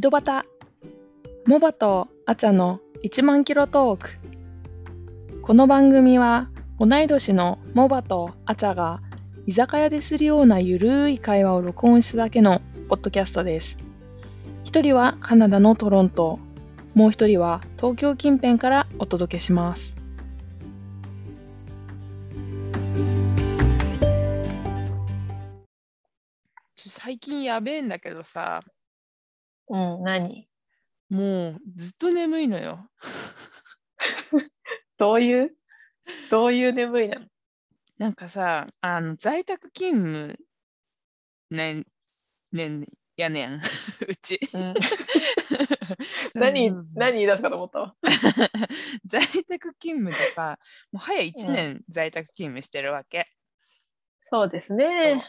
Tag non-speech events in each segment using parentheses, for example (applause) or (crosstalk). ドバタモバとアチャの1万キロトークこの番組は同い年のモバとアチャが居酒屋でするようなゆるい会話を録音しただけのポッドキャストです一人はカナダのトロントもう一人は東京近辺からお届けしますちょ最近やべえんだけどさうん、何もうずっと眠いのよどういうどういう眠いなのなんかさ、あの在宅勤務ねんねんやねん、う (laughs) ち。 (laughs) 何うん何言い出すかと思ったわ。在宅勤務でさ、もう早いう1ん年在宅勤務してるわけ。そうですね。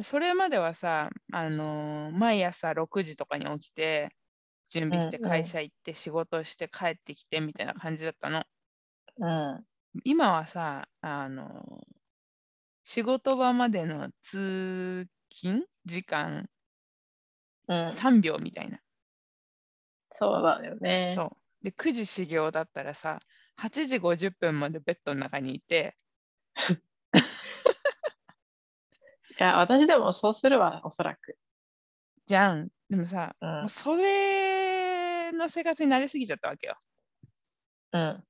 それまではさ、あのー毎朝6時とかに起きて、準備してうんうん会社行って仕事して帰ってきてみたいな感じだったの。うん。今はさ、あのー仕事場までの通勤時間うん、 3秒みたいな。そうだよね。そうで9時始業だったらさ8時50分までベッドの中にいていや、私でもそうするわ、おそらく。じゃんでもさうもんう。それの生活に慣れすぎちゃったわけようん。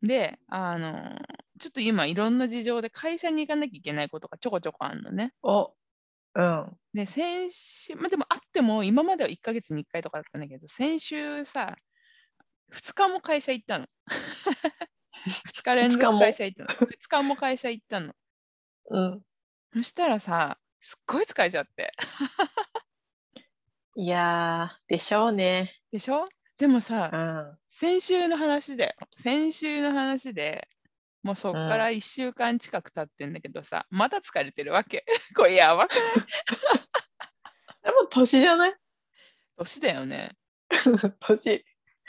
であのーちょっと今いろんな事情で会社に行かなきゃいけないことがちょこちょこあるのねお、うん。で先週まあでもあっても今までは1ヶ月に1回とかだったんだけど先週さ2日も会社行 (laughs) ったの2日連二日続も会社行ったの2日も会社行ったのうん。そしたらさすっごい疲れちゃっていやー、でしょうね。でしょでもさ、うん。先週の話だよ。先週の話でもうそっから1週間近く経ってんだけどさ、また疲れてるわけ。 (laughs) これやばくないでも年じゃない (laughs) 年だよね。年。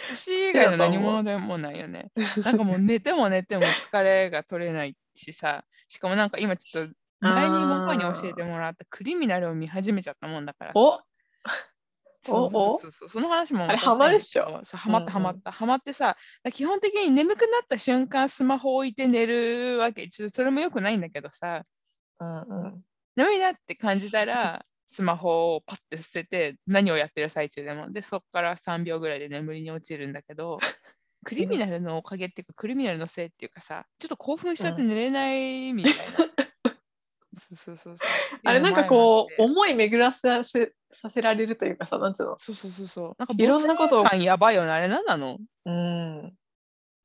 年以外の何者でもないよね。なんかもう寝ても寝ても疲れが取れないしさ、しかもなんか今ちょっと前にもパに教えてもらったクリミナルを見始めちゃったもんだからさ。お、そうおそうおそうそうその話もあれまたしたいハマるっしょんだけどそうハマったハうんうんマった、ハマってさ基本的に眠くなった瞬間スマホ置いて寝るわけちょっとそれもよくないんだけどさうんうん。眠いなって感じたらスマホをパッて捨てて何をやってる最中でもでそこから3秒ぐらいで眠りに落ちるんだけど (laughs) クリミナルのおかげっていうかクリミナルのせいっていうかさちょっと興奮しちゃって寝れないみたいな、 (laughs) そうそうそうそうあれなんかこう、っていうのも相まって思い巡らさせさせられるというかさ、なんつうのそうそうそうそうなんかいろんなことを母性感やばいよねあれ何なのうん。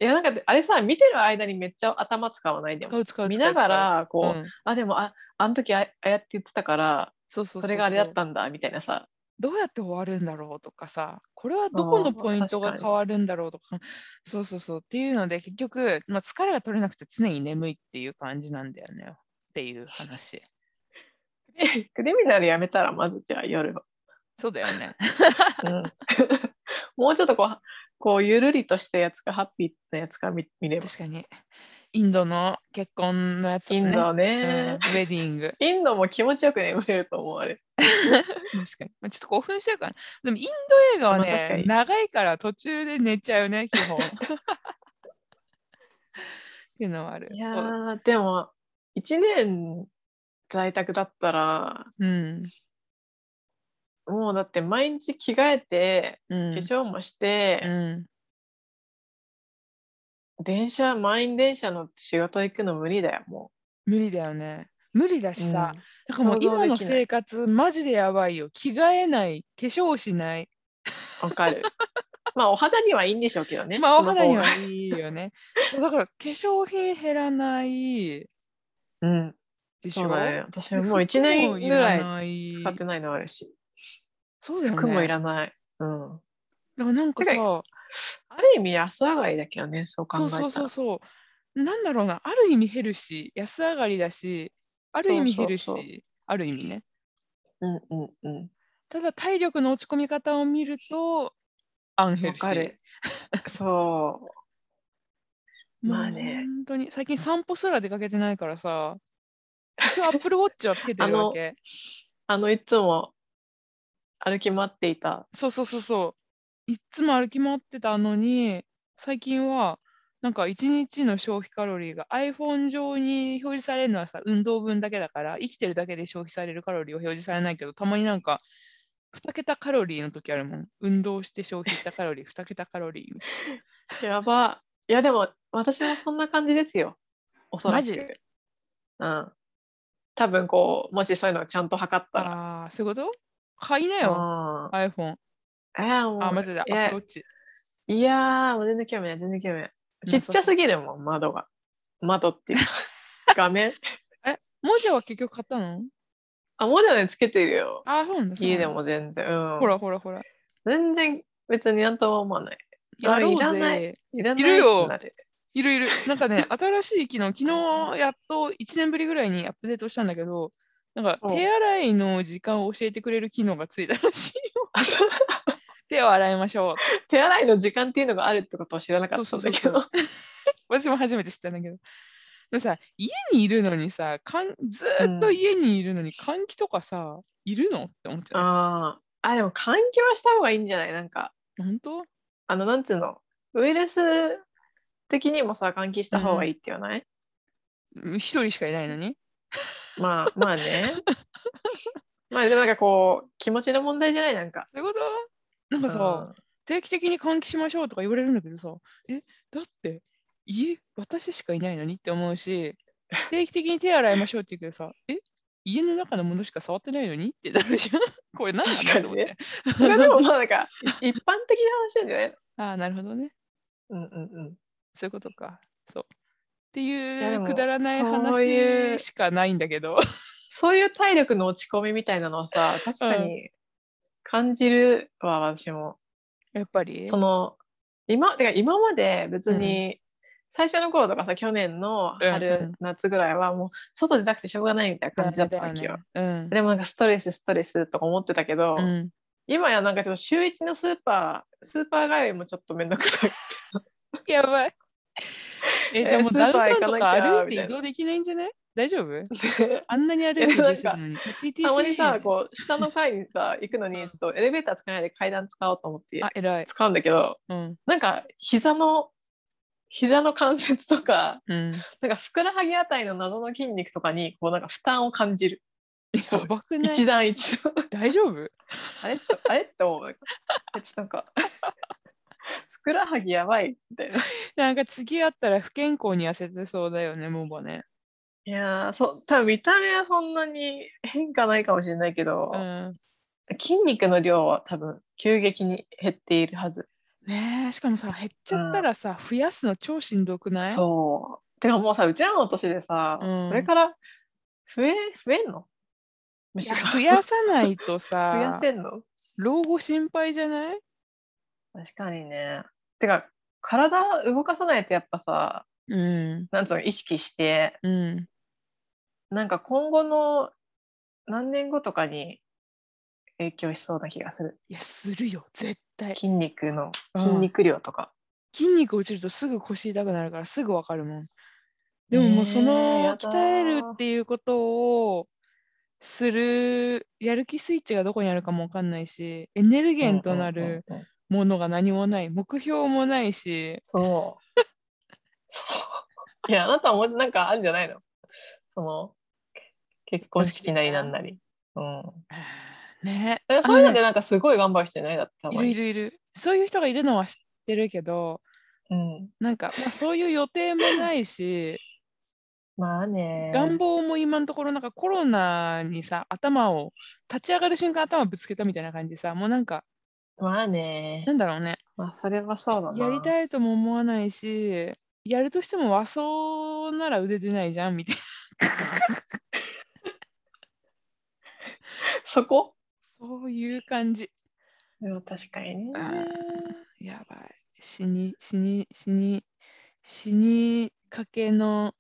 いやなんかであれさ見てる間にめっちゃ頭使わないで使もう使う見ながら使うこう、うんあでもああの時ああやって言ってたからそうそうそうそれがあれだったんだみたいなさ (laughs) どうやって終わるんだろうとかさこれはどこのポイントが変わるんだろうとか (laughs) そうそうそうっていうので結局、まあ、疲れが取れなくて常に眠いっていう感じなんだよねっていう話えクリミナルやめたらまずじゃあ夜は、そうだよ (laughs) ねうんもうちょっとこうこうゆるりとしたやつかハッピーなやつか見見れば確かにインドの結婚のやつとイかねンドはうんウェね、ディ (laughs) ングインドも気持ちよく眠れると思うあれ確かに、まあ、ちょっと興奮してるからでもインド映画はまあ確かねに長いから途中で寝ちゃうね基 (laughs) 本っていうのはあるいやそうーでも1年在宅だったらうんもうだって毎日着替えてうん化粧もして、うん電車満員電車乗って仕事行くの無理だよも無理だよね無理だう、しさ、うんだからもう想像今のできない生活マジでやばいよ着替えない化粧しないわかるまあお肌にはいいんでしょうけどねまあおその方肌がにはいいよね (laughs) そうだから化粧品減らないうんでしそょうだね私はもう1年ぐらい使ってないないのあるしそうだよね服もいらない、うんだからなんかさてある意味安上がりだけどねそう考えそたうらそうそうそうなんだろうなある意味減るし安上がりだしある意味減るしそうそうある意味ねうんうんうんただ体力の落ち込み方を見るとアンヘわルシかーるそうまあねもう本当に最近散歩すら出かけてないからさ一応アップルウォッチはつけてるわけあのいつも歩き回っていたそうそうそうそいっつも歩き回ってたのに最近はなんか一日の消費カロリーが iPhone 上に表示されるのはさ運動分だけだから生きてるだけで消費されるカロリーは表示されないけどたまになんか2桁カロリーの時あるもん運動して消費したカロリー2桁カロリーみたいやば。いや、でも、私もそんな感じですよ。おそらく。マジうん。多分、こう、もしそういうのをちゃんと測ったら。なあーそういうこと買いなよあ iPhone えー、もうあ間違えたアいやップロッチいやー、もう全然興味ない、全然興味ない。ちっちゃすぎるもん、窓が。窓っていうか画面。文字は結局買ったのあ、モデルにつけてるよ。あーそうなんだそうな家んだでも全然。うん。ほらほらほら全然別になんとも思わない。やろうぜいらないいらないいるよってなるいるいる。なんかね、 (laughs) 新しい機能、昨日やっと1年ぶりぐらいにアップデートしたんだけど、なんかうん手洗いの時間を教えてくれる機能がついたらしい。 (laughs) あそう手を洗いましょう。手洗いの時間っていうのがあるってことを知らなかったんそだけうそうど。 (laughs) 私も初めて知ったんだけど。でもさ、家にいるのにさ、かんずーっうとん家にいるのに換気とかさ、いるのって思っちゃう。あーあ、でも換気はした方がいいんじゃないなんか、本当あの、なんつうの、ウイルス的にもさ、換気した方がいいって言わない、うん一人しかいないのにまあ、まあ (laughs) ね。まあでもなんかこう、気持ちの問題じゃないなんか。そういうことなんかさ、うん定期的に換気しましょうとか言われるんだけどさ、え、だって家、私しかいないのにって思うし、定期的に手洗いましょうって言うけどさ、え、家の中のものしか触ってないのにってなるじゃん。 (laughs) これ何なんだろうって。それでもまあなん (laughs) か、い一般的な話なんじゃない (laughs) ああ、なるほどね。うんうんうん。そういうことか。そう。ってやいでうもくだらないそういう話しかないんだけど。そういう体力の落ち込みみたいなのはさ、確かに感じるわ、私も。やっぱりその、今、てか今まで別に、最初の頃とかさ、去年の春、うんうん夏ぐらいはもう、外出たくてしょうがないみたいな感じだったわけよ。うん。でもなんかストレス、ストレスとか思ってたけど、うん、今やなんかちょっと週一のスーパー、スーパー通いもちょっとめんどくさい。やばい。え、じゃあもうスダウンーパタウー行ンかとなきかゃ歩いてみたい移な動できないんじゃない大丈夫あんなに歩いて移動してたのに。TTC たまにさ、こう、下の階にさ、行くのに、ちょっとエレベーター使わないで階段使おうと思ってあ、偉い。使うんだけど、うん。なんか膝の膝の関節とかうん。なんかふくらはぎあたりの謎の筋肉とかにこうなんか負担を感じるやばくない一段一段大丈夫あれあれって思うなんかあちょっとなんか (laughs) ふくらはぎやばいみたいななんか次会ったら不健康に痩せてそうだよね、モバね。いやーそう多分見た目はそんなに変化ないかもしれないけど、うん。筋肉の量は多分急激に減っているはずねえ、しかもさ、減っちゃったらさ、増やすの超しんどくないそうてかもうさうちらの年でさ、うんこれから増え増えんのむいしやろ増やさないと (laughs) 増やさ、せんの老後心配じゃない確かにね。てか体動かさないとやっぱさうん。なんつうの意識してうん。なんか今後の何年後とかに影響しそうな気がするいや、するよ、絶対。筋肉のうん筋肉量とか。筋肉落ちるとすぐ腰痛くなるからすぐわかるもん。でももうそねえやのだー鍛えるっていうことをするやる気スイッチがどこにあるかもわかんないしエネル源となるうんうんうんうん。ものが何もない目標もないしそう。そう。いやあなたもなんかあるんじゃないのその結婚式なりなんなり。うん、ねえそういうのであなんかすごい頑張る人いないだってたのねいまるいに。るいるそういう人がいるのは知ってるけどうん、なんか、まあ、そういう予定もない (laughs) しまあね。願望も今のところなんかコロナにさ頭を立ち上がる瞬間頭ぶつけたみたいな感じでさもうなんかまあねな。んだろうねまあそれはそうだな。やりたいとも思わないし、やるとしても和装なら腕出ないじゃんみたいな。 (laughs) そこそういう感じ。でも確かにね。やばい。死に、死に、死に、死にかけの。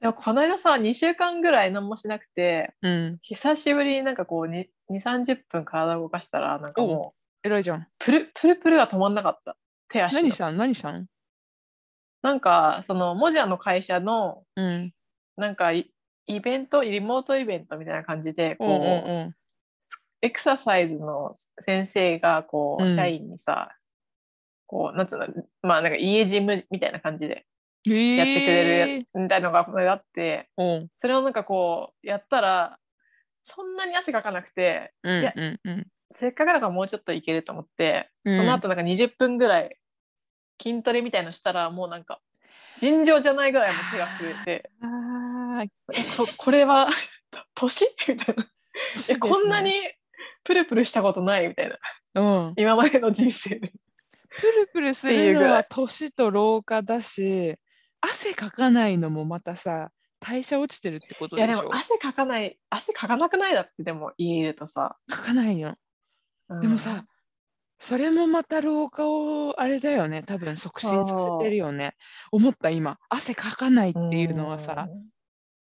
でもこの間さ2週間ぐらい何もしなくてうん。久しぶりになんかこう2 2 3 0分体動かしたらなんかもう偉いじゃん。プルプルプルが止まんなかった手足の何したん何したんなんかそのモジャの会社のうん。なんかイイベントリモートイベントみたいな感じでおうこう、おうエクササイズの先生がこう、うん社員にさこうなんつうのまあなんか家ジムみたいな感じでやってくれるみたいなのがこれあってうんそれをなんかこうやったらそんなに汗かかなくてうんいやうんうんせっかくだからもうちょっといけると思って、うんその後なんか20分ぐらい筋トレみたいのしたらもうなんか尋常じゃないぐらいもう手が震え (laughs) てあーえこ (laughs) これは年 (laughs) みたいなえこんなに、プルプルしたことないみたいなうん、今までの人生でプルプルすっているうぐのらはい年と老化だし汗かかないのもまたさ代謝落ちてるってこといでやしょでも汗かかない汗かかなくないだってでも家いるとさ、かかないようんでもさ、それもまた老化をあれだよね多分促進させてるよね思った今汗かかないっていうのはさ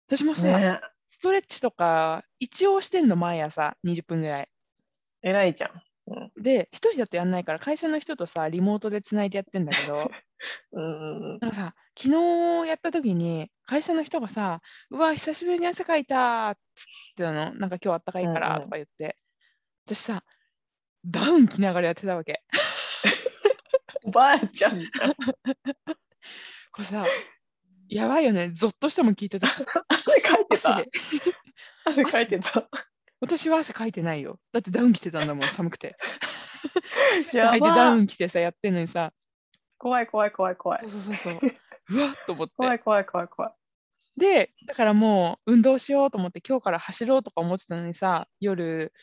私もうんさ、ねストレッチとか一応してんの毎朝20分ぐらい偉いじゃんで一人だとやんないから会社の人とさリモートでつないでやってんだけ (laughs) どうんなんかさ昨日やった時に会社の人がさ「うわ久しぶりに汗かいた」っつってたのなんか今日あったかいかうんらうんとか言って、私さダウン着ながらやってたわけおばあちゃんじゃんこれさやばいよねゾッとしても聞い (laughs) てた汗かいてた汗汗かいてた私は汗かいてないよだってダウン着てたんだもん寒 (laughs) くて靴やば下履いてダウン着てさやってんのにさ怖い怖い怖い怖いそうそうそうそううわっと思って怖い怖い怖い怖いでだからもう運動しようと思って今日から走ろうとか思ってたのにさ夜、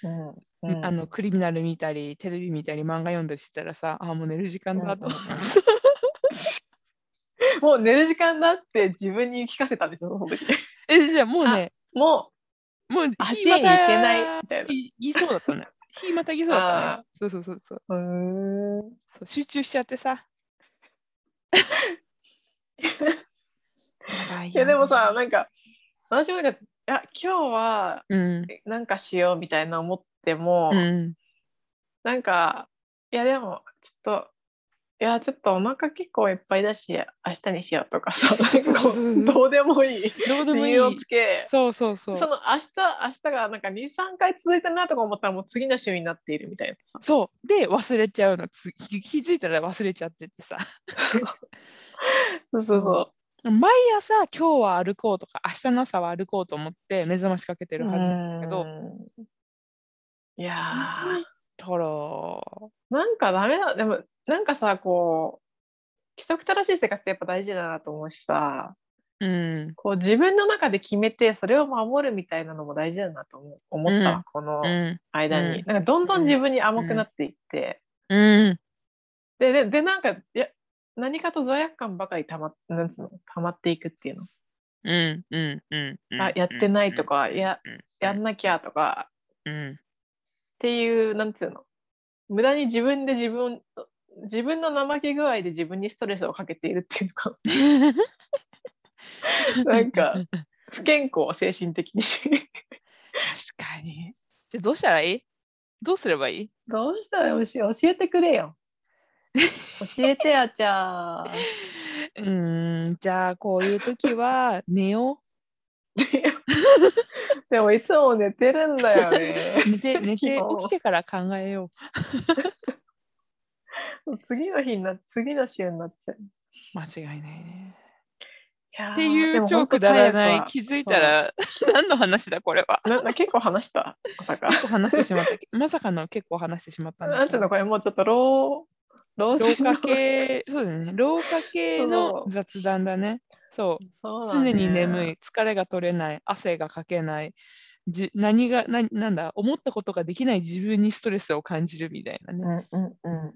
うんうんあのクリミナル見たりテレビ見たり漫画読んだりしてたらさあーもう寝る時間だと思って、もう寝る時間だって自分に言い聞かせたんですよその時えじゃあもうねももうう走りに行けないみたいないいそうだったね日またぎそうだったねそうそうそうそううーんそう集中しちゃってさやばいよいやでもさなんか私もなんかいや今日はうんなんかしようみたいな思っても、うんなんかいやでもちょっといやちょっとお腹結構いっぱいだし明日にしようとかさ (laughs) こうどうでもいいどうでも理い由をいつけそうそうそうその明日明日がなんか23回続いたなとか思ったらもう次の週になっているみたいなそうで忘れちゃうのつ気気づいたら忘れちゃっててさそうそうそ毎朝今日は歩こうとか明日の朝は歩こうと思って目覚ましかけてうるはずだけどうんいや気ーづいたらなんかダメだでもなんかさこう規則正しい生活ってやっぱ大事だなと思うしさうんこう自分の中で決めてそれを守るみたいなのも大事だなと思う思ったわ、うんこのうん間に、うんなんかどんどん自分に甘くなっていって、うんでででなんかいや何かと罪悪感ばかりたまなんつうのたまっていくっていうの、うんうんうんあやってないとかか、いややんなきゃとかうんっていうなんつうの無駄に自分で自分自分の怠け具合で自分にストレスをかけているっていう (laughs) かなんか確不健康精神的にかにじゃあどうしたらいいどうすればいいどうしたら教え教えてくれよ教えてあちゃーうーんじゃあこういう時は寝よう。(laughs) でもいつも寝てるんだよね寝 (laughs) て寝て起昨日きてから考えよ次の日にな次の週になっちゃう。う。間違いないね。いやーっていうでも超本く当だらな体い力は気づいたら何の話だこれ (laughs) は。そうなな結構話したまさか。結構話してしまったけ。まさかの結構話してしまったんなだんけていどうのこれもうちょっと老老老人の化系そうだね老化系のそう雑談だね。そうそうだね常に眠い疲れが取れない汗がかけない。じ何がななんだ思ったことができない自分にストレスを感じるみたいなうね。んうんうん。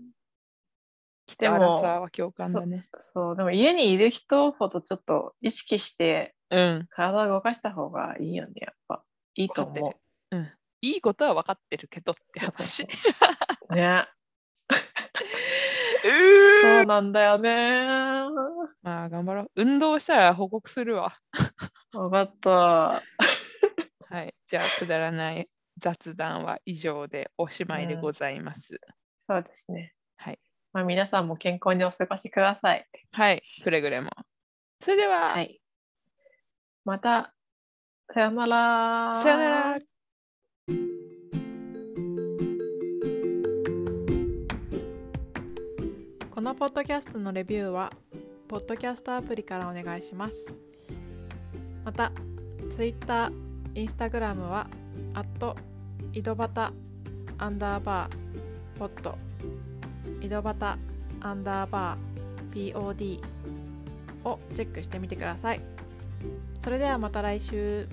きてでもアラサーは共感だね。そうでも家にいる人ほどちょっと意識してうん。体を動かした方がいいよねやっぱいいとわか思うん。いいことは分かってるけどってそうそう話そう。う。ね。うそーうなんだよね。まあ頑張ろう。運動したら報告するわ。わかった。はい。じゃあ、くだらない雑談は以上でおしまいでございます。そうですね。はい。まあ、皆さんも健康にお過ごしください。はい。くれぐれも。それでは、い。また、さよなら。さよなら。のポッドキャストのレビューはポッドキャストアプリからお願いしますまた Twitter、Instagram はアット井戸端アンダーバーポッド井戸端アンダーバー POD をチェックしてみてくださいそれではまた来週